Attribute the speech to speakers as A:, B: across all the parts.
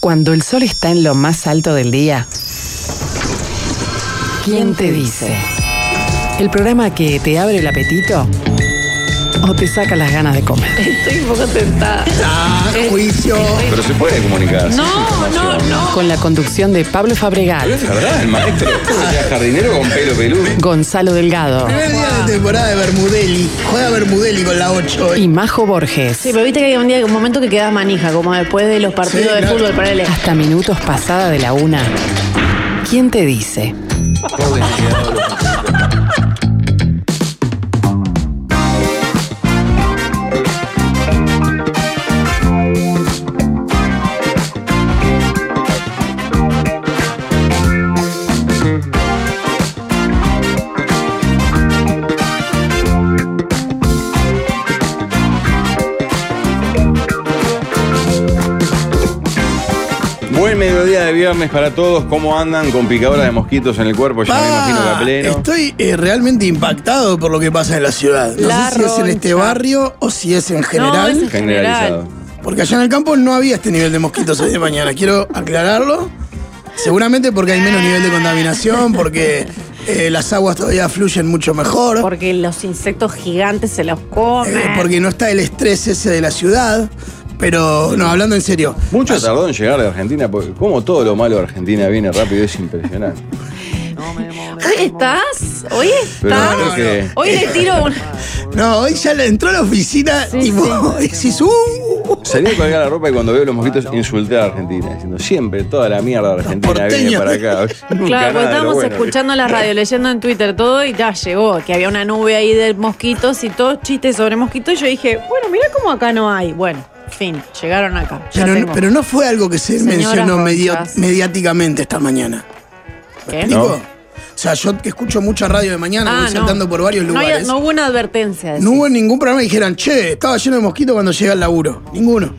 A: cuando el sol está en lo más alto del día? ¿Quién te dice? El programa que te abre el apetito o te saca las ganas de comer.
B: Estoy un poco tentada.
C: Ah,
B: Eh,
C: juicio.
D: Pero se puede comunicar. sí, sí,
B: No, no,
D: información.
B: no.
A: Con la conducción de Pablo Fabregal,
D: ¿Es verdad? El maestro. Era jardinero con pelo peludo.
A: Gonzalo Delgado
C: Primer día de temporada de Bermudelli. Juega Bermudelli con la 8 hoy.
A: y Majo Borges.
B: Sí, pero viste que hay un día, un momento que quedas manija, como después de los partidos
C: Sí,
B: de
C: claro.
B: fútbol para él.
A: Hasta minutos pasada de la una. ¿Quién te dice?
D: Buen mediodía de viernes para todos. ¿Cómo andan con picadora de mosquitos en el cuerpo? Ya me imagino que a
C: Pa,
D: pleno.
C: estoy eh, realmente impactado por lo que pasa en la ciudad. No
B: La
C: sé si es en este
B: roncha.
C: barrio o si es en
B: No,
C: general.
B: es en
D: Generalizado.
C: Porque allá en el campo no había este nivel de mosquitos hoy de mañana. Quiero aclararlo. Seguramente porque hay menos nivel de contaminación, porque eh, las aguas todavía fluyen mucho mejor.
B: Porque los insectos gigantes se los
C: eh,
B: comen.
C: porque no está el estrés ese de la ciudad. Pero, no, hablando en serio. Ah,
D: Mucho tardó en llegar de Argentina, porque como todo lo malo de Argentina viene rápido, es impresionante.
B: Hoy estás, hoy
D: Pero
B: estás.
D: creo que-
B: Ah, Hoy le tiro un.
C: No, hoy ya le entró a la oficina
B: Sí,
C: tipo, y decís, "Uh,
D: Salí a colgar la ropa y cuando veo los mosquitos insulté a Argentina, diciendo siempre toda la mierda de Argentina viene
C: porteños.
D: para acá. Nunca
B: Claro,
D: nada
B: porque
D: de lo
B: estábamos
D: bueno.
B: escuchando la radio, leyendo en Twitter todo y ya llegó, que había una nube ahí de mosquitos y todos chistes sobre mosquitos. Y yo dije, bueno, mira cómo acá no hay. Bueno, fin, llegaron acá. Ya
C: Pero,
B: tengo.
C: pero no fue algo que se
B: Señoras
C: mencionó medio-
B: ronchas.
C: mediáticamente esta mañana.
B: ¿Qué?
C: ¿Me explico? O sea, yo que escucho mucha radio de mañana,
B: Ah,
C: voy saltando por varios
B: No había-
C: lugares.
B: No,
C: No,
B: hubo una advertencia. decís.
C: hubo ningún problema que dijeran, che, estaba lleno de mosquitos cuando llegué al laburo. Ninguno.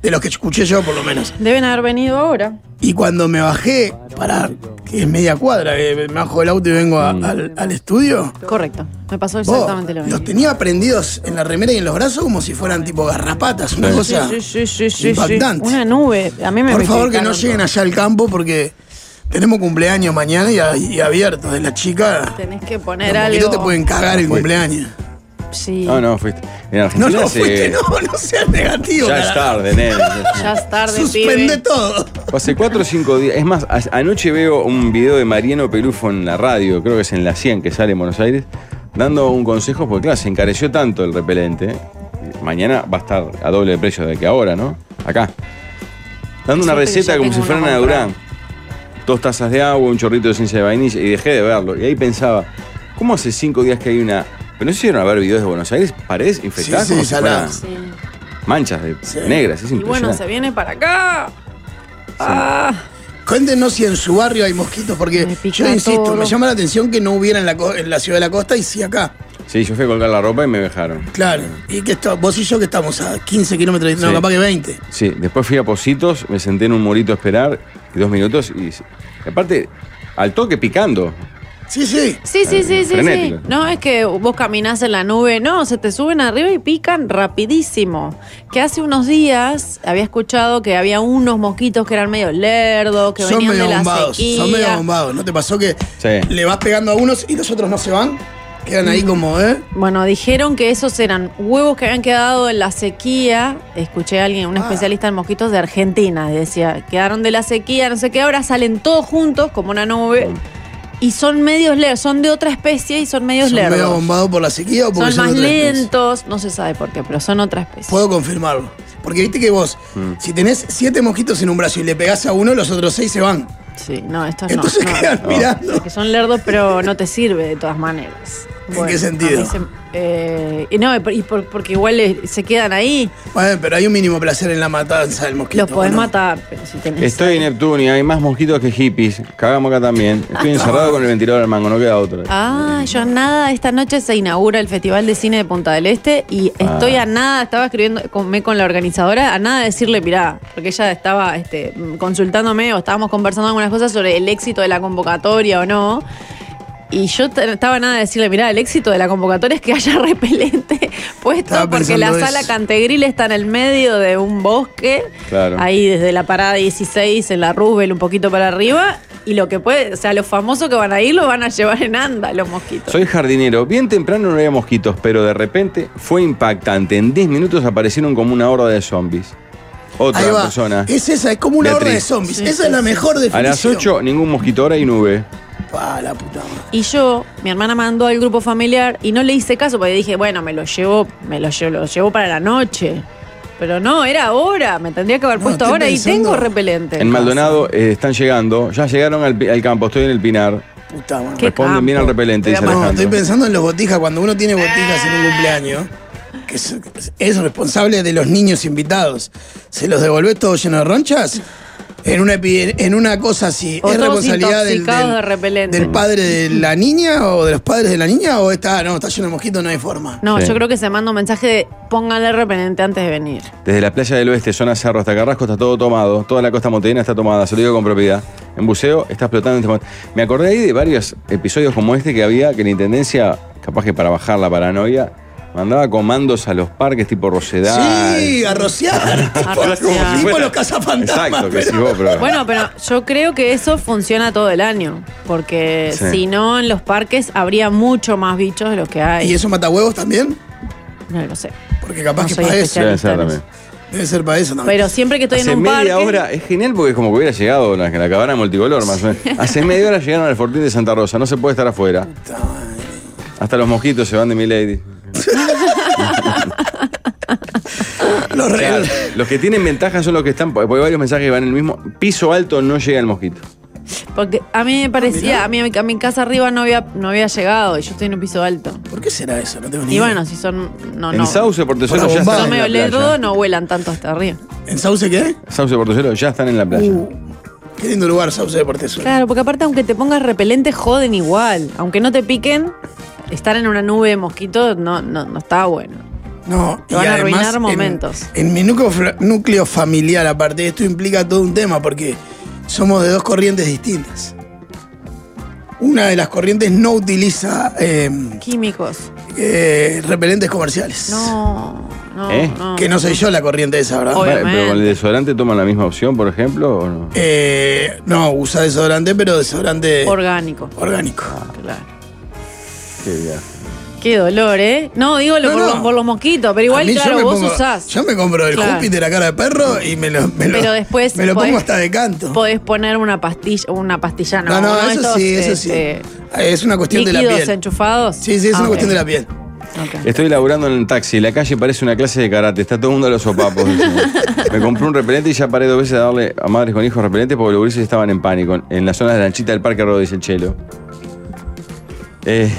C: De los que escuché yo, por lo menos.
B: Deben haber venido ahora.
C: Y cuando me bajé para, que es media cuadra, que me bajo del auto y vengo a- al, al estudio,
B: Correcto. Me pasó
C: vos,
B: exactamente lo mismo.
C: los tenía prendidos en la remera y en los brazos como si fueran tipo garrapatas, una
D: Sí,
C: cosa.
B: Sí, sí, sí, sí, sí.
C: impactante.
B: Una nube. A mí me
C: Por favor, que no
B: gritaron
C: lleguen
B: todo.
C: allá al campo porque tenemos cumpleaños mañana y, a- y abierto de la chica.
B: Tenés que
C: Los
B: poner algo.
C: mosquitos te pueden cagar el
D: Bueno.
C: cumpleaños.
B: Sí.
D: Ah, No, no, fuiste. En
C: No,
D: Argentina
C: no,
D: se-
C: fuiste, no, no seas negativo.
D: Ya es
C: cara.
D: tarde, nene.
B: Ya es tarde,
C: Suspende
B: pibe.
C: todo.
D: Hace cuatro o cinco días. Es más, a- anoche veo un video de Mariano Pelufo en la radio, creo que es en la 100 que sale en Buenos Aires, dando un consejo, porque claro, se encareció tanto el repelente. Mañana va a estar a doble de precio de que ahora, ¿no? Acá. Dando una
B: Suerte que
D: receta
B: ya
D: como si
B: tengo
D: fuera
B: uno
D: una
B: comprado.
D: Durán. Dos tazas de agua, un chorrito de esencia de vainilla, y dejé de verlo. Y ahí pensaba, ¿cómo hace cinco días que hay una. Pero no se hicieron a ver videos de Buenos Aires, paredes infectadas
C: sí,
D: como si
C: saladas.
D: fueran
B: Sí.
D: manchas de
C: Sí.
D: negras, es
B: Y bueno,
D: impresionante.
B: se viene para acá. Ah.
C: Cuéntenos si en su barrio hay mosquitos, porque
B: Me pica
C: yo insisto,
B: todo.
C: me llama la atención que no hubiera en la, co- en la ciudad de la costa y sí acá.
D: Sí, yo fui a colgar la ropa y me dejaron.
C: Claro. Y que esto, vos y yo que estamos a 15 kilómetros, no,
D: Sí.
C: capaz que 20.
D: Sí, después fui a Positos, me senté en un murito a esperar, y dos minutos, y y aparte, al toque picando.
C: Sí, sí.
B: Sí, sí, sí, sí, sí.
D: Frenético.
B: No, es que vos caminás en la nube, no, se te suben arriba y pican rapidísimo. Que hace unos días había escuchado que había unos mosquitos que eran medio lerdos, que
C: Son
B: venían
C: medio
B: de la
C: bombados,
B: sequía.
C: son medio bombados. ¿No te pasó que
D: Sí.
C: le vas pegando a unos y los otros no se van? Quedan
B: Mm.
C: ahí como, ¿eh?
B: Bueno, dijeron que esos eran huevos que habían quedado en la sequía. Escuché a alguien,
C: Ah.
B: un especialista en mosquitos de Argentina, y decía, quedaron de la sequía, no sé qué, ahora salen todos juntos como una nube y son medios lerdos, son de otra especie y son medios
C: ¿Son
B: lerdos.
C: medio bombados por la sequía o porque
B: Son más
C: otra especie?
B: lentos, no se sabe por qué, pero son otra especie.
C: Puedo confirmarlo. Porque viste que vos,
D: Mm.
C: si tenés siete mosquitos en un brazo y le pegás a uno, los otros seis se van.
B: Sí, no, estos
C: Entonces
B: no. no.
C: quedan
D: Ah.
C: mirando.
B: Que son lerdos, pero no te sirve de todas maneras.
C: ¿En
B: Bueno,
C: qué sentido?
B: a mí se- eh, y no, y por- y por- porque igual eh, se quedan ahí,
C: Bueno, pero hay un mínimo placer en la matanza del mosquito.
B: los podés
C: ¿no?
B: matar. Pero si tenés
D: Estoy en Neptunia, hay más mosquitos que hippies. Cagamos acá también. Estoy encerrado con el ventilador al mango, no queda otra.
B: Ah, yo a nada, esta noche se inaugura el Festival de Cine de Punta del Este y
C: Ah.
B: estoy a nada, estaba escribiendo con, me con la organizadora, a nada decirle, mirá, porque ella estaba este, mm, consultándome o estábamos conversando algunas cosas sobre el éxito de la convocatoria o no. Y yo t- estaba nada de decirle, mirá, el éxito de la convocatoria es que haya repelente puesto
C: Estaba
B: porque la
C: pensando
B: sala
C: eso.
B: Cantegril está en el medio de un bosque,
D: Claro.
B: ahí desde la parada 16 en la Rubel un poquito para arriba, y lo que puede, o sea, los famosos que van a ir lo van a llevar en anda los mosquitos.
D: Soy jardinero. Bien temprano no había mosquitos, pero de repente fue impactante. En 10 minutos aparecieron como una horda de zombies. Otra
C: Ahí va.
D: persona.
C: Es esa, es como una
D: Beatriz.
C: horda de zombies.
B: Sí, sí,
C: esa es la
B: sí.
C: mejor
D: A
C: definición.
D: las 8, ningún mosquito. Ahora hay nube.
C: Pa, la puta madre.
B: Y yo, mi hermana mandó al grupo familiar y no le hice caso porque dije, bueno, me lo llevo, me lo llevo, lo llevo para la noche. Pero no, era ahora, me tendría que haber
C: No,
B: puesto
C: estoy
B: ahora y
C: pensando
B: tengo repelente.
D: En Maldonado eh, están llegando. Ya llegaron al, pi- al campo. Estoy en el Pinar.
C: Puta madre.
B: ¿Qué
D: Responden
B: campo?
D: bien al repelente, dice
B: Pero
C: No, estoy
D: Alejandro.
C: pensando en los botijas. Cuando uno tiene botijas en un cumpleaños, que es, es responsable de los niños invitados, ¿se los devolvés todos llenos de ronchas? En una, epi- en una cosa así,
B: O todos
C: ¿es responsabilidad del,
B: intoxicados
C: del-
B: de repelente.
C: del padre de
D: Mm.
C: la niña o de los padres de la niña? ¿O está, no, está lleno de mosquitos, no hay forma?
B: No,
D: Sí.
B: yo creo que se manda un mensaje de pónganle repelente antes de venir.
D: Desde la playa del oeste, zona cerro hasta Carrasco, está todo tomado. Toda la costa monteña está tomada, se lo digo con propiedad. En buceo está explotando en este momento. Me acordé ahí de varios episodios como este que había, que la intendencia, capaz que para bajar la paranoia, mandaba comandos a los parques tipo Rosedal.
C: Sí, a rociar. tipo,
B: rociar.
C: como
B: Como si
C: tipo
D: fuera-
C: los cazafantasmas.
D: Exacto, que
C: pero-
D: sí vos, pero.
B: Bueno, pero yo creo que eso funciona todo el año, porque
D: Sí.
B: si no en los parques habría mucho más bichos de los que hay.
C: ¿Y eso mata huevos también?
B: No lo sé.
C: Porque capaz
B: No
C: que
B: soy
C: para eso.
B: especial.
D: Debe ser también.
C: Debe ser para eso también.
B: Pero siempre que estoy
D: Hace
B: en un parque,
D: media hora, es genial porque es como que hubiera llegado la, la cabana multicolor, más o menos. Hace media hora llegaron al Fortín de Santa Rosa, no se puede estar afuera. Hasta los mosquitos se van de mi lady.
C: Los re-
D: Claro, los que tienen ventaja son los que están, porque hay varios mensajes que van en el mismo. Piso alto no llega el mosquito.
B: porque a mí me parecía,
D: Ah,
B: a mí a mi casa arriba no había, no había llegado y yo estoy en un piso alto.
C: ¿Por qué será eso? No tengo ni
B: Y
C: idea.
B: bueno, si son, no,
D: en
B: no.
D: Sauce por Tesoro
C: Bueno,
D: ya
C: Bombay.
D: están
B: Son
D: en
B: medio
D: la
B: lerdo,
D: playa.
B: no vuelan tanto hasta arriba.
C: ¿En Sauce qué?
D: Sauce por Tesoro ya están en la playa.
C: Uh, qué lindo lugar, Sauce Deportes Sur.
B: Claro, porque aparte aunque te pongas repelente, joden igual. Aunque no te piquen, estar en una nube de mosquitos no, no, no está bueno.
C: No,
B: Te van a arruinar
C: en-
B: momentos.
C: En, mi núcleo, fra- núcleo familiar, aparte, esto implica todo un tema porque somos de dos corrientes distintas. Una de las corrientes no utiliza eh,
B: Químicos.
C: eh, repelentes comerciales.
B: No, no,
D: ¿Eh?
B: no.
C: Que no soy yo la corriente esa, ¿verdad?
B: Obvio.
D: Vale,
B: Obviamente.
D: pero con el desodorante toman la misma opción, por ejemplo, o no?
C: Eh, no, usa desodorante, pero desodorante
B: Orgánico.
C: orgánico.
B: Claro.
D: Qué viaje.
B: Qué dolor, ¿eh? No, digo lo-
C: No,
B: por,
C: no.
B: Los, por los mosquitos, pero
C: A
B: igual,
C: mí yo
B: claro,
C: me
B: vos
C: pongo-
B: usás.
C: Yo me compro el
B: Claro.
C: Júpiter a cara de perro y me lo, me lo-
B: Pero después
C: me lo
B: podés-
C: pongo hasta de canto.
B: Podés poner una pastilla, una pastilla, no.
C: no, no,
B: uno de
C: eso
B: estos,
C: sí, eso
B: este,
C: sí. Es una cuestión de la
B: líquidos
C: piel.
B: enchufados.
C: Sí, sí, es
B: Ah,
C: una
B: ok.
C: cuestión de la piel.
B: Ok.
D: Estoy laburando en el taxi, la calle parece una clase de karate, está todo el mundo a los sopapos. dice. Me compré un repelente y ya paré dos veces a darle a madres con hijos repelente porque los gurises estaban en pánico. En la zona de la anchita del Parque Rodríguez el Chelo. Eh,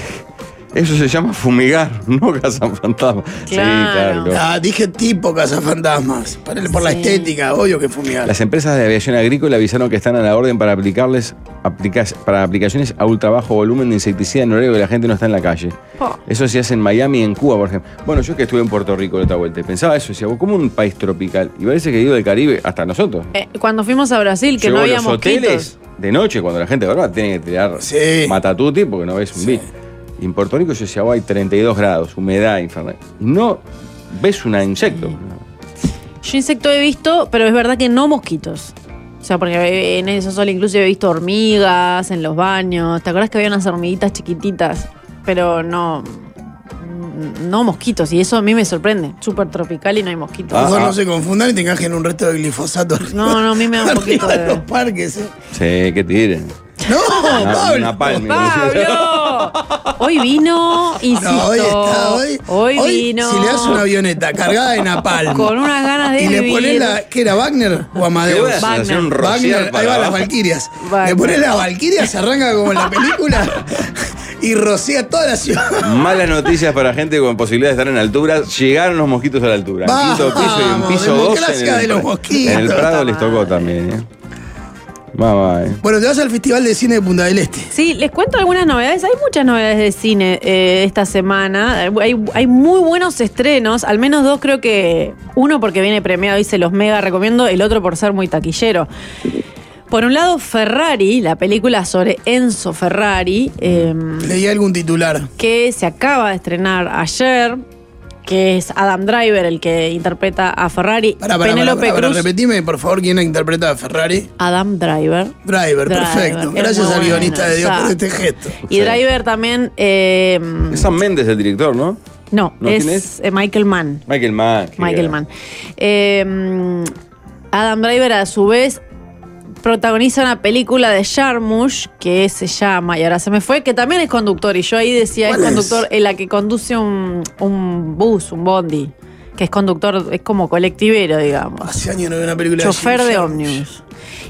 D: eso se llama fumigar, no cazafantasma. Sí,
B: Claro.
D: claro.
C: Ah, dije tipo cazafantasmas. Para el- Por la
B: Sí.
C: estética, obvio que fumigar.
D: Las empresas de aviación agrícola avisaron que están a la orden para aplicarles aplicas- para aplicaciones a ultra bajo volumen de insecticida en horario que la gente no está en la calle.
B: Po.
D: Eso se hace en Miami y en Cuba, por ejemplo. Bueno, yo que estuve en Puerto Rico la otra vuelta, y pensaba eso, decía, ¿cómo un país tropical? Y parece que digo del Caribe, hasta nosotros.
B: Eh, cuando fuimos a Brasil, que
D: Llegó
B: no
D: a
B: había
D: los
B: mosquitos.
D: hoteles de noche, cuando la gente ¿verdad? tiene que tirar
C: Sí.
D: matatuti porque no ves un bicho. Y en Puerto Rico yo decía, "Oh, hay 32 grados, humedad infernal. Y no ves un insecto.
B: Yo insecto he visto, pero es verdad que no mosquitos. O sea, porque en eso sol incluso he visto hormigas en los baños. ¿Te acuerdas que había unas hormiguitas chiquititas? Pero no. No mosquitos. Y eso a mí me sorprende. Súper tropical y no hay mosquitos.
D: Ah,
C: Ojo,
D: ah.
C: no se confundan y te encajen un resto de glifosato.
B: No, no, a mí me da un
C: arriba
B: poquito
C: de
B: de-
C: los parques. eh.
D: Sí, que tiren.
C: No,
D: Una-
C: Pablo.
D: una palmi,
B: ¡Pablo! Hoy vino, insisto.
C: No, hoy está, hoy,
B: Hoy vino.
C: Si le das una avioneta cargada de napalm
B: Con unas ganas de
C: y le
B: vivir.
C: pones la. ¿Qué era Wagner o
D: Qué
C: Amadeus?
D: buena sensación
B: Wagner.
D: rociar
C: Wagner, ahí
D: para
C: van las
D: abajo.
C: Valquirias. Le
B: Wagner.
C: pones las Valquirias, arranca como en la película y rocea toda la ciudad.
D: Malas noticias para gente con posibilidad de estar en altura. Llegaron los mosquitos a la altura. En
C: Vamos,
D: quinto piso y en piso 2.
C: democracia
D: En
C: de
D: el,
C: los
D: pra-
C: mosquitos.
D: en el Prado les tocó también. ¿eh? Mamá, ¿eh?
C: Bueno, te vas al Festival de Cine de Punta del Este.
B: Sí, les cuento algunas novedades. Hay muchas novedades de cine eh, esta semana. Hay, hay muy buenos estrenos, al menos dos creo que... Uno porque viene premiado y se los mega recomiendo, el otro por ser muy taquillero. Por un lado, Ferrari, la película sobre Enzo Ferrari, eh,
C: Leí algún titular.
B: que se acaba de estrenar ayer, que es Adam Driver el que interpreta a Ferrari.
C: Para, para,
B: Penélope Cruz.
C: repetime, por favor, quién interpreta a Ferrari.
B: Adam Driver.
C: Driver,
B: Driver,
C: perfecto.
B: es
C: Gracias
B: muy
C: al guionista
B: bueno,
C: de Dios
B: ya.
C: por este gesto.
B: Y
D: Sí.
B: Driver también. eh,
D: Es Sam Méndez el director, ¿no?
B: no,
D: ¿No?
B: es,
D: ¿Quién es?
B: eh, Michael Mann.
D: Michael Mann. qué
B: Michael
D: gran-
B: Mann. Eh, Adam Driver, a su vez, protagoniza una película de Jarmusch que se llama, y ahora se me fue, que también es conductor. Y yo ahí decía, es
C: ¿Cuál es?
B: conductor, en la que conduce un, un bus, un bondi, que es conductor, es como colectivero, digamos.
C: Hace años no veo una película
B: Chofer
C: Jim
B: de
C: Jarmusch.
B: ómnibus.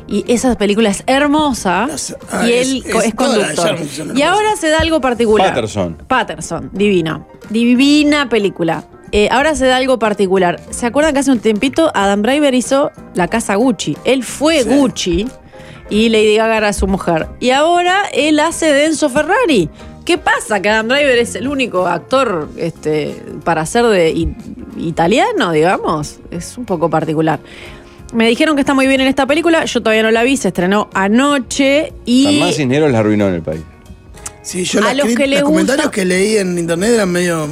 B: Y esa película es hermosa
C: Las- ah,
B: y
C: es-
B: él
C: es-
B: co- es,
C: todas las de
B: conductor.
C: Jarmusch son
B: Y
C: hermosas.
B: ahora se da algo particular.
D: Patterson.
B: Patterson, divina. Divina película. Eh, ahora se da algo particular. ¿Se acuerdan que hace un tiempito Adam Driver hizo La Casa Gucci? Él fue
C: Sí.
B: Gucci y Lady Gaga era su mujer. Y ahora él hace de Enzo Ferrari. ¿Qué pasa? Que Adam Driver es el único actor este, para ser de i- italiano, digamos. Es un poco particular. Me dijeron que está muy bien en esta película. Yo todavía no la vi. Se estrenó anoche y...
D: Germán Cisneros la arruinó en el país.
C: Sí, yo
B: A
C: las
B: los
C: crit-
B: que les
C: los comentarios
B: gusta-
C: que leí en internet eran medio.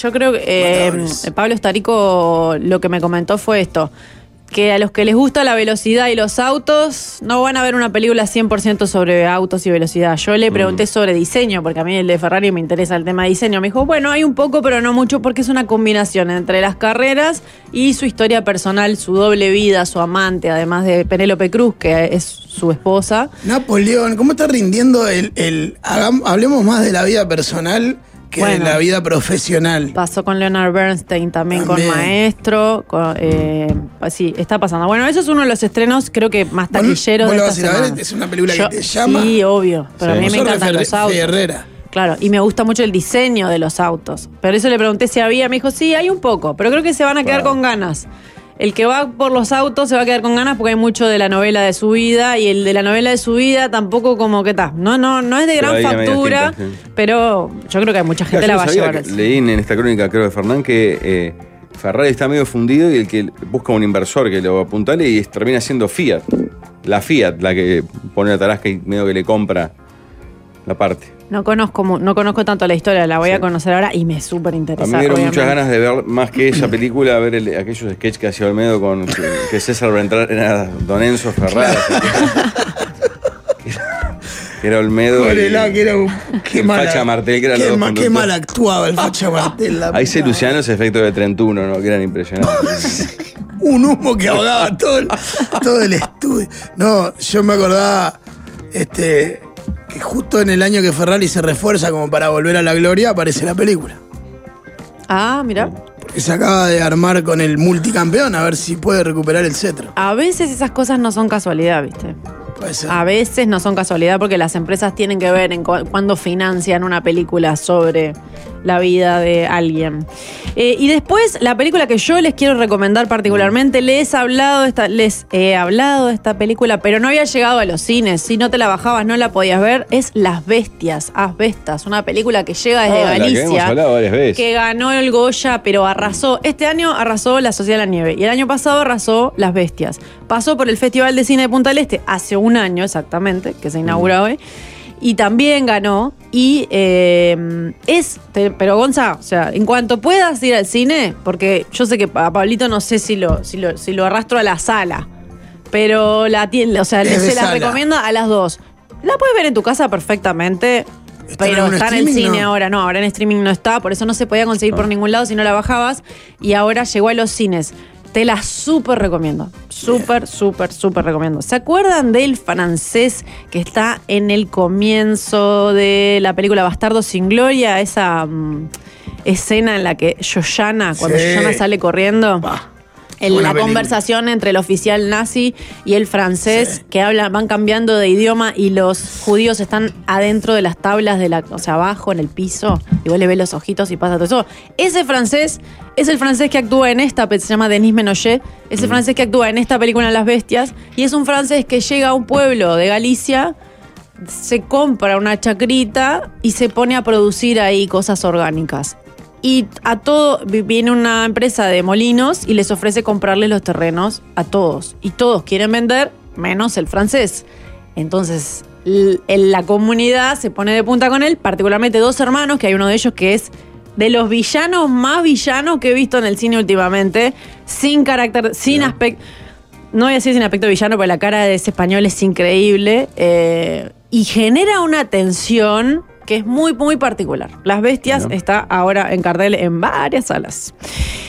B: Yo creo que eh,
C: Matadores.
B: Pablo Estarico lo que me comentó fue esto. Que a los que les gusta la velocidad y los autos, no van a ver una película 100% sobre autos y velocidad. Yo le pregunté sobre diseño, porque a mí el de Ferrari me interesa el tema de diseño. Me dijo, bueno, hay un poco, pero no mucho, porque es una combinación entre las carreras y su historia personal, su doble vida, su amante, además de Penélope Cruz, que es su esposa.
C: Napoleón, ¿cómo está rindiendo el. el- hagam- hablemos más de la vida personal que
B: Bueno.
C: de la vida profesional.
B: Pasó con Leonard Bernstein también,
C: También.
B: con Maestro. Con, eh, sí, está pasando. Bueno, eso es uno de los estrenos, creo que más
C: Bueno,
B: taquilleros
C: vos
B: de esta
C: la vas a ir a ver,
B: semana.
C: es una película que te llama.
B: Sí, obvio. Pero
D: Sí.
B: a mí me
C: Nosotros
B: encantan
C: Fer-
B: los autos.
C: Fe Herrera.
B: Claro, y me gusta mucho el diseño de los autos. Pero eso le pregunté si había, me dijo, sí, hay un poco, pero creo que se van a quedar
D: Claro.
B: con ganas. El que va por los autos se va a quedar con ganas porque hay mucho de la novela de su vida y el de la novela de su vida tampoco como que está. No, no, no es de
D: Pero
B: gran
D: ahí hay medias
B: factura,
D: tintas, sí.
B: pero yo creo que hay mucha gente
D: Claro, yo
B: la
D: no
B: va a
D: sabía
B: llevar.
D: que-
B: al cine.
D: Leí en esta crónica, creo, de Fernán, que eh, Ferrari está medio fundido y el que busca un inversor que lo apuntale y es- termina siendo Fiat. La Fiat, la que pone la tarasca y medio que le compra la parte.
B: No conozco, mu- no conozco tanto la historia, la voy a
D: Sí.
B: conocer ahora y me súper
D: A
B: interesa.
D: mí me dieron
B: obviamente.
D: muchas ganas de ver más que esa película, ver el- aquellos sketches que hacía Olmedo con que, que César Ventral era Don Enzo Ferrari. Que era- que era Olmedo.
C: Pobre,
D: y-
C: no, que era un- qué
D: el
C: mala-
D: Facha Martel, que era
C: qué
D: los
C: ma- qué
D: conductores.
C: mal actuaba el Facha Martel. la
D: Ahí se
C: puta.
D: lucían los efectos de 31, ¿no? Que eran impresionantes.
C: un humo que ahogaba todo el, todo el estudio. No, yo me acordaba este, que justo en el año que Ferrari se refuerza como para volver a la gloria, aparece la película.
B: Ah, mira.
C: Porque se acaba de armar con el multicampeón a ver si puede recuperar el cetro.
B: A veces esas cosas no son casualidad, ¿viste?
C: Puede ser.
B: A veces no son casualidad porque las empresas tienen que ver en cu- cuándo financian una película sobre la vida de alguien. Eh, y después, la película que yo les quiero recomendar particularmente,
D: Mm.
B: les he hablado de esta, les he hablado de esta película, pero no había llegado a los cines. Si no te la bajabas, no la podías ver. Es Las Bestias, Asbestas, una película que llega desde
D: Ah, la que
B: Galicia.
D: hemos hablado varias veces.
B: que ganó el Goya, pero arrasó. Este año arrasó La Sociedad de la Nieve y el año pasado arrasó Las Bestias. Pasó por el Festival de Cine de Punta del Este hace un año exactamente, que se inaugura
C: Mm.
B: hoy, y también ganó. Y eh, es, te- pero Gonza, o sea, en cuanto puedas ir al cine, porque yo sé que a Pablito no sé si lo, si lo, si lo arrastro a la sala, pero la tienda, o sea,
C: Es de
B: se la
C: sala.
B: recomiendo a las dos. La puedes ver en tu casa perfectamente.
C: ¿Está en
B: Pero
C: algún
B: está en el
C: streaming?
B: cine
C: No. Ah.
B: ahora, no, ahora en streaming no está, por eso no se podía conseguir por ningún lado si no la bajabas y ahora llegó a los cines. Te la súper recomiendo, súper, súper, súper recomiendo. ¿Se acuerdan del francés que está en el comienzo de la película Bastardo sin Gloria? Esa mm, escena en la que Yoyana, cuando
C: Sí. Ah,
B: Yoyana sale corriendo...
C: Pa.
B: En
C: Buena
B: la
C: película.
B: conversación entre el oficial nazi y el francés que hablan, van cambiando de idioma y los judíos están adentro de las tablas de la, o sea, abajo en el piso, y vos le ves los ojitos y pasa todo eso. Ese francés es el francés que actúa en esta, pe- se llama Denis Menochet, es el francés que actúa en esta película Las Bestias, y es un francés que llega a un pueblo de Galicia, se compra una chacrita y se pone a producir ahí cosas orgánicas. Y a todo vi- viene una empresa de molinos y les ofrece comprarles los terrenos a todos. Y todos quieren vender menos el francés. Entonces, l- en la comunidad se pone de punta con él, particularmente dos hermanos, que hay uno de ellos que es de los villanos más villanos que he visto en el cine últimamente, sin carácter, sin aspecto, no voy a decir sin aspecto villano, pero la cara de ese español es increíble, eh, y genera una tensión que es muy, muy particular. Las Bestias
D: Bien.
B: está ahora en cartel en varias salas.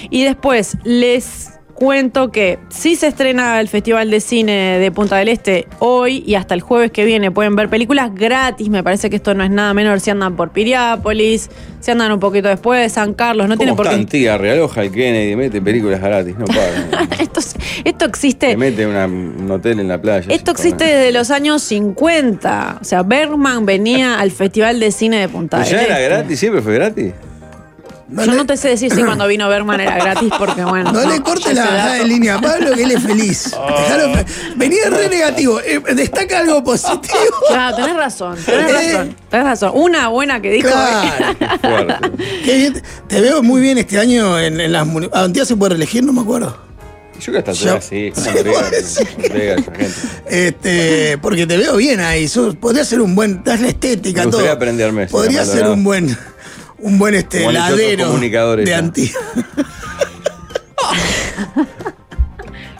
B: Y después les cuento que sí se estrena el Festival de Cine de Punta del Este hoy y hasta el jueves que viene pueden ver películas gratis. Me parece que esto no es nada menor si andan por Piriápolis, si andan un poquito después, San Carlos, no tiene
D: ¿Cómo
B: por
D: están,
B: qué.
D: tía? Realoja el Kennedy, mete películas gratis, no pagan.
B: Esto, es- esto
D: Te
B: existe.
D: mete una- un hotel en la playa.
B: Esto
D: se come.
B: existe desde los años 50. O sea, Bergman venía al Festival de Cine de Punta
D: ¿Y
B: del
D: ¿Ya era
B: Este.
D: gratis? ¿Siempre fue gratis?
B: Yo no te sé decir si cuando vino Bergman era gratis porque, bueno.
C: No le cortes la
B: ese
C: bajada
B: dato-
C: de línea a Pablo, que él es feliz.
D: Oh.
C: Dejalo fe- Venía re negativo. eh, destaca algo positivo.
B: Claro, tenés razón, tenés
C: Eh.
B: razón, tenés razón. Una buena que dijo.
C: Claro.
D: Qué fuerte.
C: Qué bien. Te veo muy bien este año en, en las muni- ¿A dónde se puede reelegir? No me acuerdo.
D: Yo que hasta
C: Yo-
D: atrás, sí. ¿Cómo
C: Sí,
D: no pega?
C: vos decís.
D: Pega esa gente.
C: Este, porque te veo bien ahí. Sos- podría ser un buen. Das la estética,
D: Me gustaría
C: todo.
D: aprenderme, señor
C: Podría ser
D: Maldonado.
C: un buen. Un buen este,
D: Como han hecho otros
C: ladero
D: comunicadores,
C: de
D: ya.
C: anti.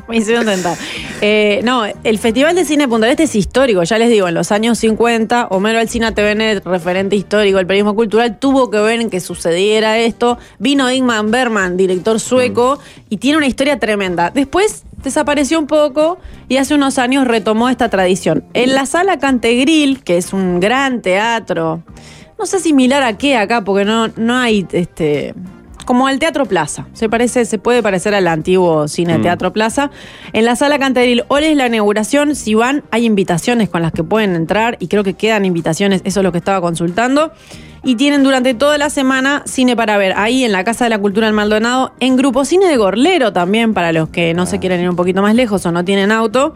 B: Me hicieron tentar. Eh, no, el Festival de Cine de Punta del Este es histórico, ya les digo, en los años 50, Homero Alcina TVN, referente histórico del periodismo cultural, tuvo que ver en que sucediera esto. Vino Ingman Berman, director sueco, y tiene una historia tremenda. Después desapareció un poco y hace unos años retomó esta tradición. En la sala Cantegril, que es un gran teatro, no sé similar a qué acá, porque no, no hay este. Como al Teatro Plaza. Se parece, se puede parecer al antiguo cine Teatro Plaza. En la sala Cantaril, hoy es la inauguración. Si van, hay invitaciones con las que pueden entrar y creo que quedan invitaciones, eso es lo que estaba consultando. Y tienen durante toda la semana cine para ver. Ahí en la Casa de la Cultura del Maldonado, en Grupo Cine de Gorlero también, para los que no se quieren ir un poquito más lejos o no tienen auto.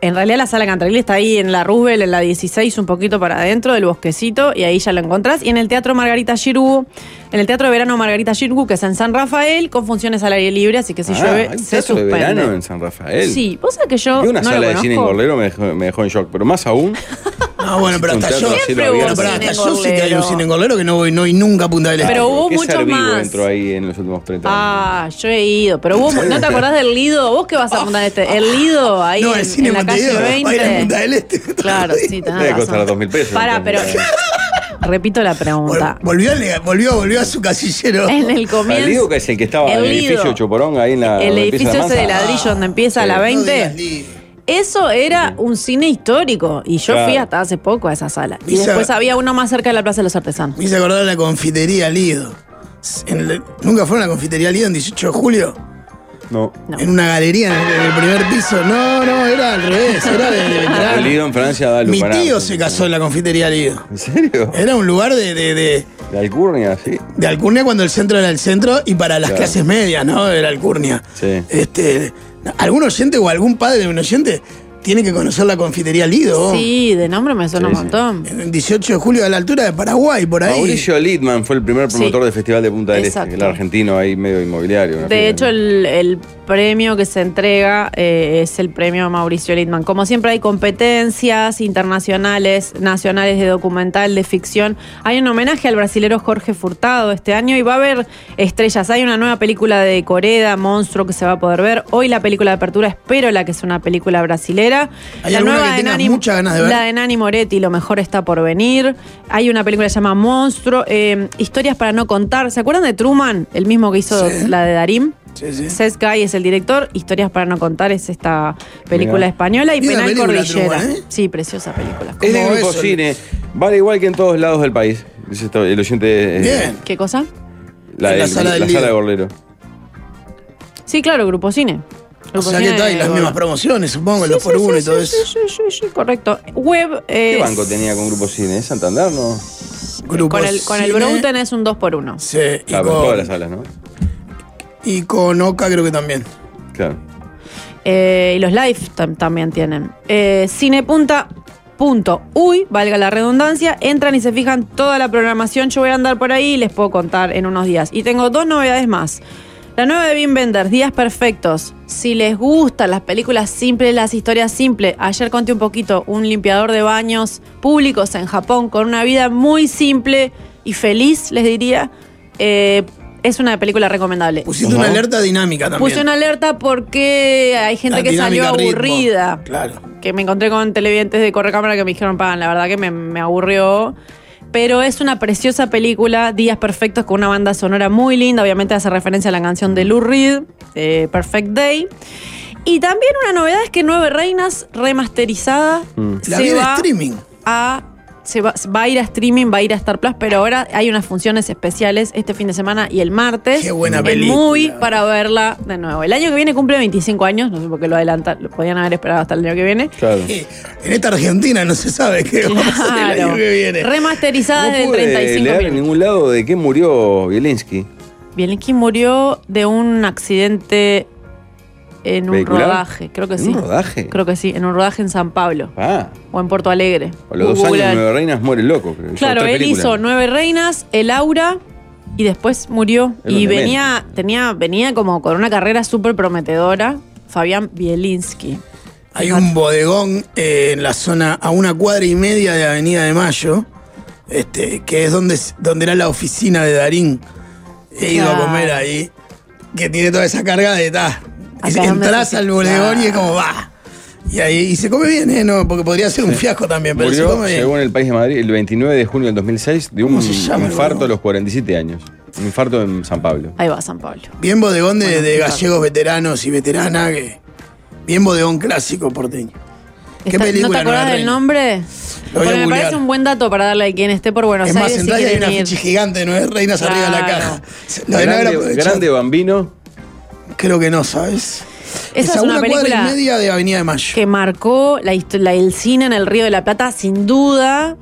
B: En realidad la sala Cantaril está ahí en la Roosevelt, en la 16, un poquito para adentro del bosquecito, y ahí ya la encontrás. Y en el Teatro Margarita Giroux, en el Teatro de Verano Margarita Giroux, que es en San Rafael, con funciones al aire libre, así que si
D: Ah,
B: llueve,
D: hay un
B: se
D: teatro de
B: suspende.
D: verano en San Rafael.
B: Sí, vos sabés que yo
D: Y una
B: no lo
D: sala de cine en
B: conozco.
D: Gorlero me dejó, me dejó en shock, pero más aún.
C: No, bueno, pero
D: Un
C: hasta
D: teatro
C: yo.
D: así
B: Siempre
D: lo
B: hubo
D: abierto.
C: Bueno, pero hasta
B: Cine
C: yo sí que hay un
B: Gorlero.
C: cine engolero que no voy, no voy nunca a Punta del Este.
B: Pero hubo
D: ¿Qué
B: mucho
D: Sarvivo
B: más.
D: entró ahí en los últimos 30 años?
B: Ah, yo he ido, pero vos no te acordás del Lido, vos qué vas a apuntar este, el Lido ahí
C: no,
B: en,
C: el cine
B: en la calle
C: Montevideo va a ir a
B: 20.
C: Punta del Este.
B: Claro, sí, tenés
D: Debe
B: razón.
D: costar 2.000 pesos,
B: Pará, pero
D: entonces.
B: repito la
C: Vol-
B: pregunta.
C: Volvió, al nega- volvió, volvió a su casillero.
B: En el comienzo.
D: El Lido, que es el que estaba en
B: El
D: el edificio
B: Lido.
D: Choporón, ahí en la.
B: el
D: donde Ah, empieza
B: edificio ese de
D: Mansa.
B: ladrillo donde empieza
D: Ah,
B: la
D: sí.
B: 20. eso era un cine histórico y yo fui
D: Claro.
B: hasta hace poco a esa sala. Y
C: Esa-
B: después había uno más cerca de la Plaza de los Artesanos.
C: Me hice acordar la confitería Lido. En el- ¿Nunca fueron a la confitería Lido en 18 de julio?
D: Ah, No.
B: No.
C: En una galería en el, en el primer piso. No, no, era al revés, era de, de
B: Ah.
C: veterano.
D: El Lido en Francia da
C: Mi
D: lugar a-
C: tío se casó en la confitería Lido.
D: ¿En serio?
C: Era un lugar de, de, de-
D: La alcurnia, sí.
C: de alcurnia cuando el centro era el centro y para las
D: Claro.
C: clases medias, ¿no? Era alcurnia.
D: Sí.
C: Este, ¿Algún oyente o algún padre de un oyente tiene que conocer la confitería Lido? vos?
B: Sí, de nombre me suena
D: Sí,
B: un
D: sí.
B: montón.
C: En el 18 de julio a la altura de Paraguay, por ahí.
D: Mauricio Littman fue el primer promotor
B: Sí.
D: del Festival de Punta del
B: Exacto.
D: Este, el argentino ahí medio inmobiliario. una
B: De
D: figura,
B: hecho,
D: ¿no?
B: el, el premio que se entrega eh, es el premio a Mauricio Littman. Como siempre, hay competencias internacionales, nacionales de documental, de ficción. Hay un homenaje al brasilero Jorge Furtado este año y va a haber estrellas. Hay una nueva película de Coreda, Monstruo, que se va a poder ver. Hoy la película de apertura, espero la que es una película brasilera.
C: ¿Hay
B: la
C: alguna
B: nueva
C: que
B: de
C: tengas
B: Nani-
C: muchas ganas de ver?
B: La de Nani Moretti, Lo mejor está por venir. Hay una película que se llama Monstruo, eh, Historias para no contar. ¿Se acuerdan de Truman? El mismo que hizo
C: Sí.
B: la de Darim.
C: Sí, sí.
B: Seth Guy es el director, Historias para no contar es esta película
D: Mirá.
B: española y
C: Linda
B: Penal
C: película,
B: Cordillera.
C: Truman, ¿eh?
B: Sí, preciosa película.
D: Es de
C: como
D: grupo
C: eso.
D: cine. Vale igual que en todos lados del país. Dice esto, el oyente. eh,
C: Bien.
B: ¿Qué cosa?
D: La,
C: En la
D: del-
C: sala del
D: la sala
C: Lido.
D: de Gorlero.
B: Sí, claro, Grupo Cine. Grupo
C: O sea
B: Cine
C: que está, y las
B: de-
C: mismas promociones, supongo, el 2x1 y todo
B: eh, sí,
C: eso.
B: sí, sí, sí, sí, correcto. Web. eh,
D: ¿Qué banco tenía con Grupo Cine? ¿Es ¿Santander, no?
C: Grupo
B: Con el, con el
C: Cine,
B: Brown tenés un 2x1.
C: Sí, y,
D: Claro, en Ah, pues todas las
C: con,
D: salas, ¿no?
C: y con Oca creo que también.
D: Claro.
B: Eh, y los live tam- también tienen. Eh, Cinepunta. Punto. Uy, valga la redundancia, entran y se fijan toda la programación. Yo voy a andar por ahí y les puedo contar en unos días. Y tengo dos novedades más. La nueva de Wim Wenders, Días Perfectos. Si les gustan las películas simples, las historias simples, ayer conté un poquito un limpiador de baños públicos en Japón con una vida muy simple y feliz, les diría. Eh, es una película recomendable.
C: Pusiste una alerta dinámica también.
B: Puse una alerta porque hay gente
C: La
B: que salió
C: dinámica, ritmo.
B: aburrida
C: Claro.
B: que me encontré con televidentes de Correcámara que me dijeron, pagan, la verdad que me, me aburrió. Pero es una preciosa película, Días Perfectos, con una banda sonora muy linda. Obviamente hace referencia a la canción de Lou Reed, eh, Perfect Day. Y también una novedad es que Nueve Reinas, remasterizada,
C: Mm. La vi en streaming.
B: a- se va, va a ir a streaming, va a ir a Star Plus, pero ahora hay unas funciones especiales este fin de semana y el martes.
C: Qué buena
B: En
C: película.
B: Movie para verla de nuevo. El año que viene cumple 25 años, no sé por qué lo adelantan, lo podían haber esperado hasta el año que viene.
D: Claro.
C: Eh, En esta Argentina no se sabe qué va a pasar el
B: Claro.
C: año que viene.
B: Remasterizada
D: No
B: desde
D: pude leer
B: 35
D: en
B: minutos.
D: ningún lado de qué murió Bielinski.
B: Bielinski murió de un accidente en un
D: ¿Vehicular?
B: rodaje, creo que
D: ¿En
B: sí.
D: un rodaje?
B: Creo que sí, en un rodaje en San Pablo
D: Ah,
B: o en Puerto Alegre.
D: a los dos
B: Google.
D: años de Nueve Reinas muere el loco. creo. Hizo
B: Claro,
D: tres
B: él
D: películas.
B: hizo Nueve Reinas, El Aura y después murió.
D: Era un
B: y
D: demente.
B: venía, tenía, venía como con una carrera súper prometedora, Fabián Bielinski.
C: Hay un bodegón eh, en la zona a una cuadra y media de Avenida de Mayo, este, que es donde, donde era la oficina de Darín. He ido
B: Claro.
C: a comer ahí, que tiene toda esa carga de ta.
B: Acá
C: Es-
B: donde
C: Entrás
B: se-
C: al bodegón y es
B: Claro.
C: como va. Y ahí y se come bien, ¿eh? No, porque podría ser un fiasco también, pero se
D: Murió,
C: come bien.
D: según el país de Madrid, el 29 de junio del 2006 de un
C: ¿Cómo se llama,
D: infarto
C: boludo?
D: a los 47 años. Un infarto en San Pablo.
B: Ahí va San Pablo.
C: Bien bodegón de,
B: Bueno,
C: de
B: claro.
C: gallegos veteranos y veteranas, que- bien bodegón clásico porteño. ¿Qué
B: Está- ¿No te
C: película,
B: acordás
C: Nueva
B: del
C: Reina?
B: nombre?
C: Lo voy a
B: Porque me
C: googlear.
B: parece un buen dato para darle a quien esté por Buenos
C: es más,
B: Aires. si
C: entrada y hay
B: quieren
C: una
B: ir.
C: ficha gigante de nueve reinas arriba de la
B: Claro.
C: caja. Lo deben haber
D: Grande,
C: aprovechado.
D: grande bambino.
C: Creo que no, ¿sabes?
B: Esa
C: es
B: es
C: a
B: una
C: una cuadra y
B: película
C: media de Avenida de Mayo.
B: que marcó la histo- la- el cine en el Río de la Plata, sin duda,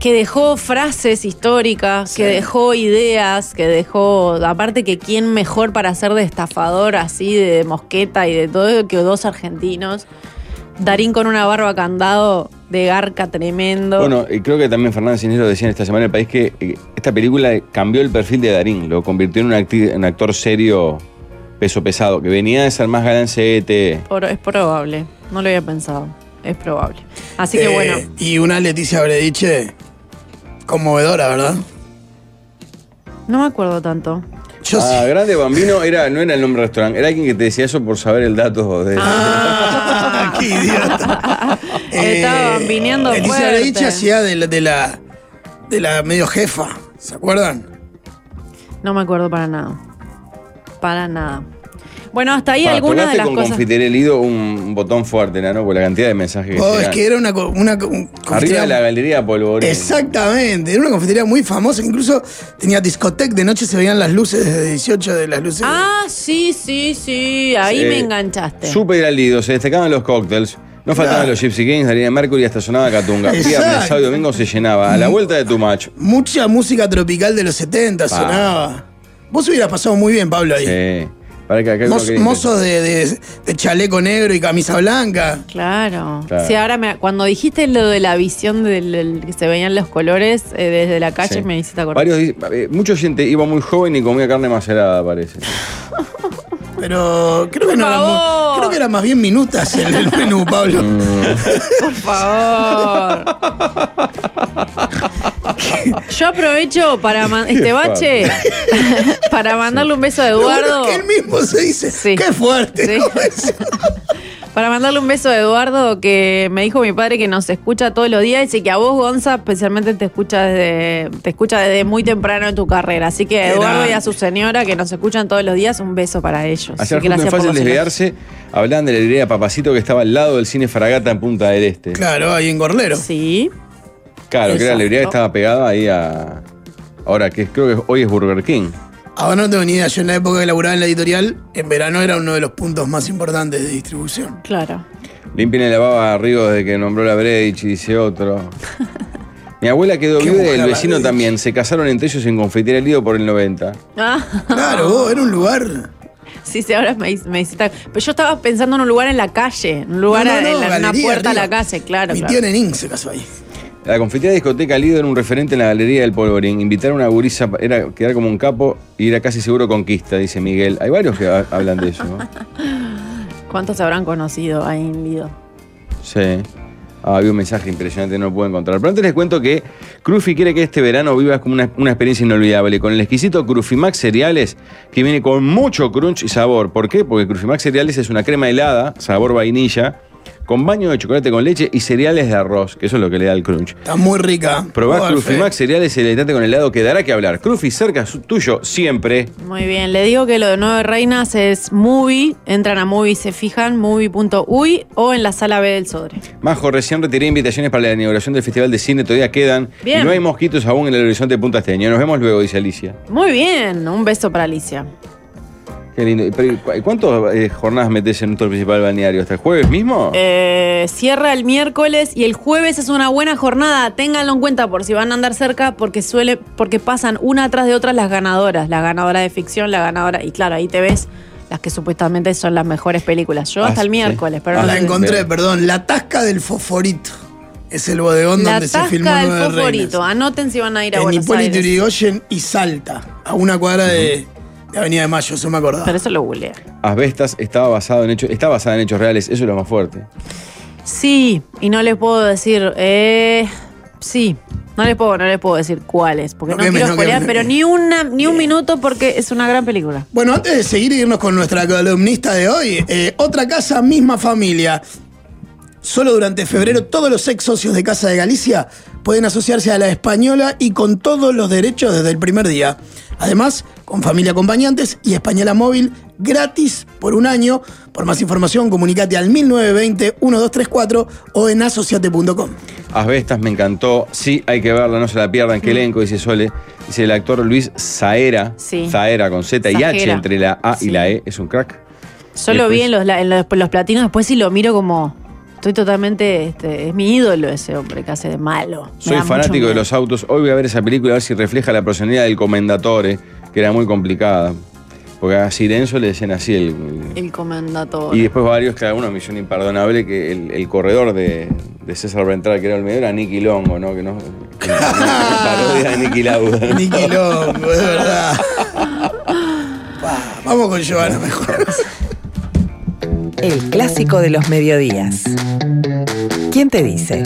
B: que dejó frases históricas, que dejó ideas, que dejó, aparte que quién mejor para ser de estafador así, de mosqueta y de todo, que dos argentinos. Darín con una barba candado de garca tremendo.
D: Bueno, y creo que también Fernández Sinero decía en esta semana en el país que eh, esta película cambió el perfil de Darín, lo convirtió en un, acti- en actor serio, peso pesado, que venía de ser más E galancete.
B: Por- es probable, no lo había pensado, es probable. Así que
C: Eh,
B: bueno,
C: Y una Leticia Brediche conmovedora, ¿verdad?
B: no me acuerdo tanto.
C: Yo
D: ah,
C: sí.
D: Grande Bambino era, no era el nombre del restaurante, era alguien que te decía eso por saber el dato de.
C: Ah, qué idiota.
B: Estaba bambineando
C: eh, Leticia
B: fuerte.
C: Brediche hacía de la, de la de la medio jefa, ¿se acuerdan?
B: No me acuerdo para nada. Para nada. Bueno, hasta ahí
D: Ah,
B: algunas de
D: tocaste
B: las
D: con
B: cosas.
D: Confitere Lido un un botón fuerte, ¿no? Por la cantidad de mensajes que
C: Oh, es
D: llegan.
C: que era una, co- una co- un-
D: Arriba de la galería Polvorín.
C: Exactamente, era una confitería muy famosa, incluso tenía discoteca, de noche se veían las luces desde 18 de las luces.
B: Ah, sí, sí, sí. Ahí
D: Eh,
B: me enganchaste.
D: Súper al Lido, se destacaban los cócteles. No faltaban
C: Claro.
D: los Gypsy Kings, Harina Mercury, hasta sonaba Catunga. Viernes,
C: Exacto.
D: sábado y domingo se llenaba. A la vuelta de tu match.
C: Mucha música tropical de los 70
D: Pa.
C: sonaba. Vos hubieras pasado muy bien, Pablo, ahí.
D: Sí. Para que acá uno
C: Mos-
D: quiere-
C: mozos de, de- de chaleco negro y camisa blanca.
B: Claro.
D: Claro.
B: Sí, ahora me- cuando dijiste lo de la visión del, del- que se veían los colores eh, desde la calle,
D: Sí.
B: me hiciste acordar.
D: Varios, di- eh, mucha gente iba muy joven y comía carne macerada, parece.
C: Pero creo que no era
B: favor.
C: mu- Creo que era más bien minutas el, el menú, Pablo.
D: Mm.
B: Por favor. Yo aprovecho para man- este bache para mandarle un beso a
C: Lo bueno
B: Eduardo.
C: es que él mismo se dice,
B: Sí.
C: qué fuerte.
B: Sí.
C: ¿no? Es-
B: Para mandarle un beso a Eduardo, que me dijo mi padre que nos escucha todos los días y que a vos, Gonza, especialmente te escucha desde, te escucha desde muy temprano en tu carrera. Así que a
C: Qué
B: Eduardo y a
C: grande.
B: su señora que nos escuchan todos los días, un beso para ellos. Así
D: Ayer
B: que
D: fue muy
B: gracias por
D: fácil
B: los elogios.
D: desviarse. Hablaban de la librería Papacito que estaba al lado del cine Fragata en Punta del Este. Claro,
C: Claro, ahí en Gorlero.
B: Sí.
D: que era
B: Exacto.
D: la librería que estaba pegada ahí a. Ahora, que es- creo que hoy es Burger King.
C: Ahora Ah, no tengo ni idea, yo en la época que laburaba en la editorial, en verano era uno de los puntos más importantes de distribución.
B: Claro.
D: Limpien la baba a Río desde que nombró la Breich y dice otro. Mi abuela quedó
C: Qué
D: viuda y
C: mujer
D: el
C: la
D: vecino
C: Breich.
D: también. Se casaron entre ellos en Confitería Lido por el 90.
B: Ah,
C: Claro, vos, era un lugar.
B: sí, sí, ahora me, me hiciste- Pero yo estaba pensando en un lugar en la calle, un lugar
C: No, no, no,
B: en la- en una
C: galería
B: puerta a la
C: arriba.
B: calle, claro.
C: Mi
B: claro.
C: tío Nenín se casó ahí.
D: La confitería discoteca líder, un referente en la galería del Polvorín. Invitar a una gurisa pa- era quedar como un capo y era casi seguro conquista, dice Miguel. Hay varios que ha- hablan de eso, ¿no?
B: ¿Cuántos habrán conocido a Invido?
D: Sí. Ah, había un mensaje impresionante, no lo puedo encontrar. Pero antes les cuento que Crufi quiere que este verano vivas como una, una experiencia inolvidable con el exquisito Crufimax Cereales que viene con mucho crunch y sabor. ¿Por qué? Porque Crufimax Cereales es una crema helada, sabor vainilla, con baño de chocolate con leche y cereales de arroz, que eso es lo que le da el crunch.
C: Está muy rica.
D: Probá
C: Porfe.
D: Crufimax Cereales el deleitante con helado que dará que hablar. Crufi cerca su- tuyo siempre.
B: Muy bien, le digo que lo de Nueve Reinas es movie. Entran a movie, se fijan, movie.uy o en la sala B del Sodre.
D: Majo, recién retiré invitaciones para la inauguración del Festival de Cine, todavía quedan.
B: Bien.
D: Y no hay mosquitos aún en el horizonte de Punta Esteña. Nos vemos luego, dice Alicia.
B: Muy bien, un beso para Alicia.
D: Qué lindo. Pero, ¿y cu- ¿Cuántas eh, jornadas metes en tu principal balneario? ¿Hasta el jueves mismo?
B: Eh, cierra el miércoles y el jueves es una buena jornada. Ténganlo en cuenta por si van a andar cerca, porque suele, porque pasan una tras de otra las ganadoras, la ganadora de ficción, la ganadora, y claro, ahí te ves las que supuestamente son las mejores películas. Yo
D: Ah,
B: hasta el
D: sí.
B: miércoles, pero
D: Ah,
B: no
C: La
B: sé.
C: encontré,
D: Bien.
C: perdón. La Tasca del Fosforito. Es el bodegón
B: La
C: donde se
B: tasca
C: filmó
B: del
C: Nueve
B: fosforito.
C: Reinas.
B: Anoten si van a ir a
C: En
B: Buenos
C: Hipólito
B: Aires.
C: Yrigoyen y Salta. A una cuadra de, de Avenida de Mayo, se me acordaba.
B: Pero eso lo googlea.
D: Asbestas estaba basado en hechos, está basada en hechos reales, eso es lo más fuerte.
B: Sí, y no les puedo decir. eh, sí, no les puedo, no les puedo decir cuáles, porque
C: No
B: no,
C: quemes,
B: quiero
C: no
B: spoilear,
C: quemes.
B: pero ni una, ni un minuto porque es una gran película.
C: Bueno, antes de seguir e irnos con nuestra columnista de hoy, eh, otra casa, misma familia. Solo durante febrero todos los ex socios de Casa de Galicia pueden asociarse a la española y con todos los derechos desde el primer día. Además, con familia acompañantes y española móvil gratis por un año. Por más información, comunícate al 1920-1234 o en asociate.com.
D: Asbestas me encantó, sí, hay que verla, no se la pierdan,
B: Mm.
D: qué elenco, dice Sole. Dice el actor Luis Saera,
B: Sí.
D: Saera con Z y H
B: Sajera.
D: entre la A y
B: Sí.
D: la E, es un crack.
B: Yo lo
D: Después-
B: vi en los, la- en los- los platinos, después sí lo miro como. Estoy totalmente. este, es mi ídolo ese hombre que hace de malo. Me
D: Soy
B: da mucho
D: fanático de
B: miedo.
D: los autos. Hoy voy a ver esa película a ver si refleja la personalidad del comendatore, que era muy complicada. Porque a Sirenzo le decían así el- el-
B: El comendador.
D: Y después varios, claro, una misión imperdonable que el, el corredor de, de César Ventral, que era el medio, era Nicky Longo, ¿no? Que no. que no- parodia de Nicky Lauda. ¿no?
C: Ni quilombo, de verdad. Pa, Vamos con Giovanna mejor.
A: El clásico de los mediodías. ¿Quién te dice?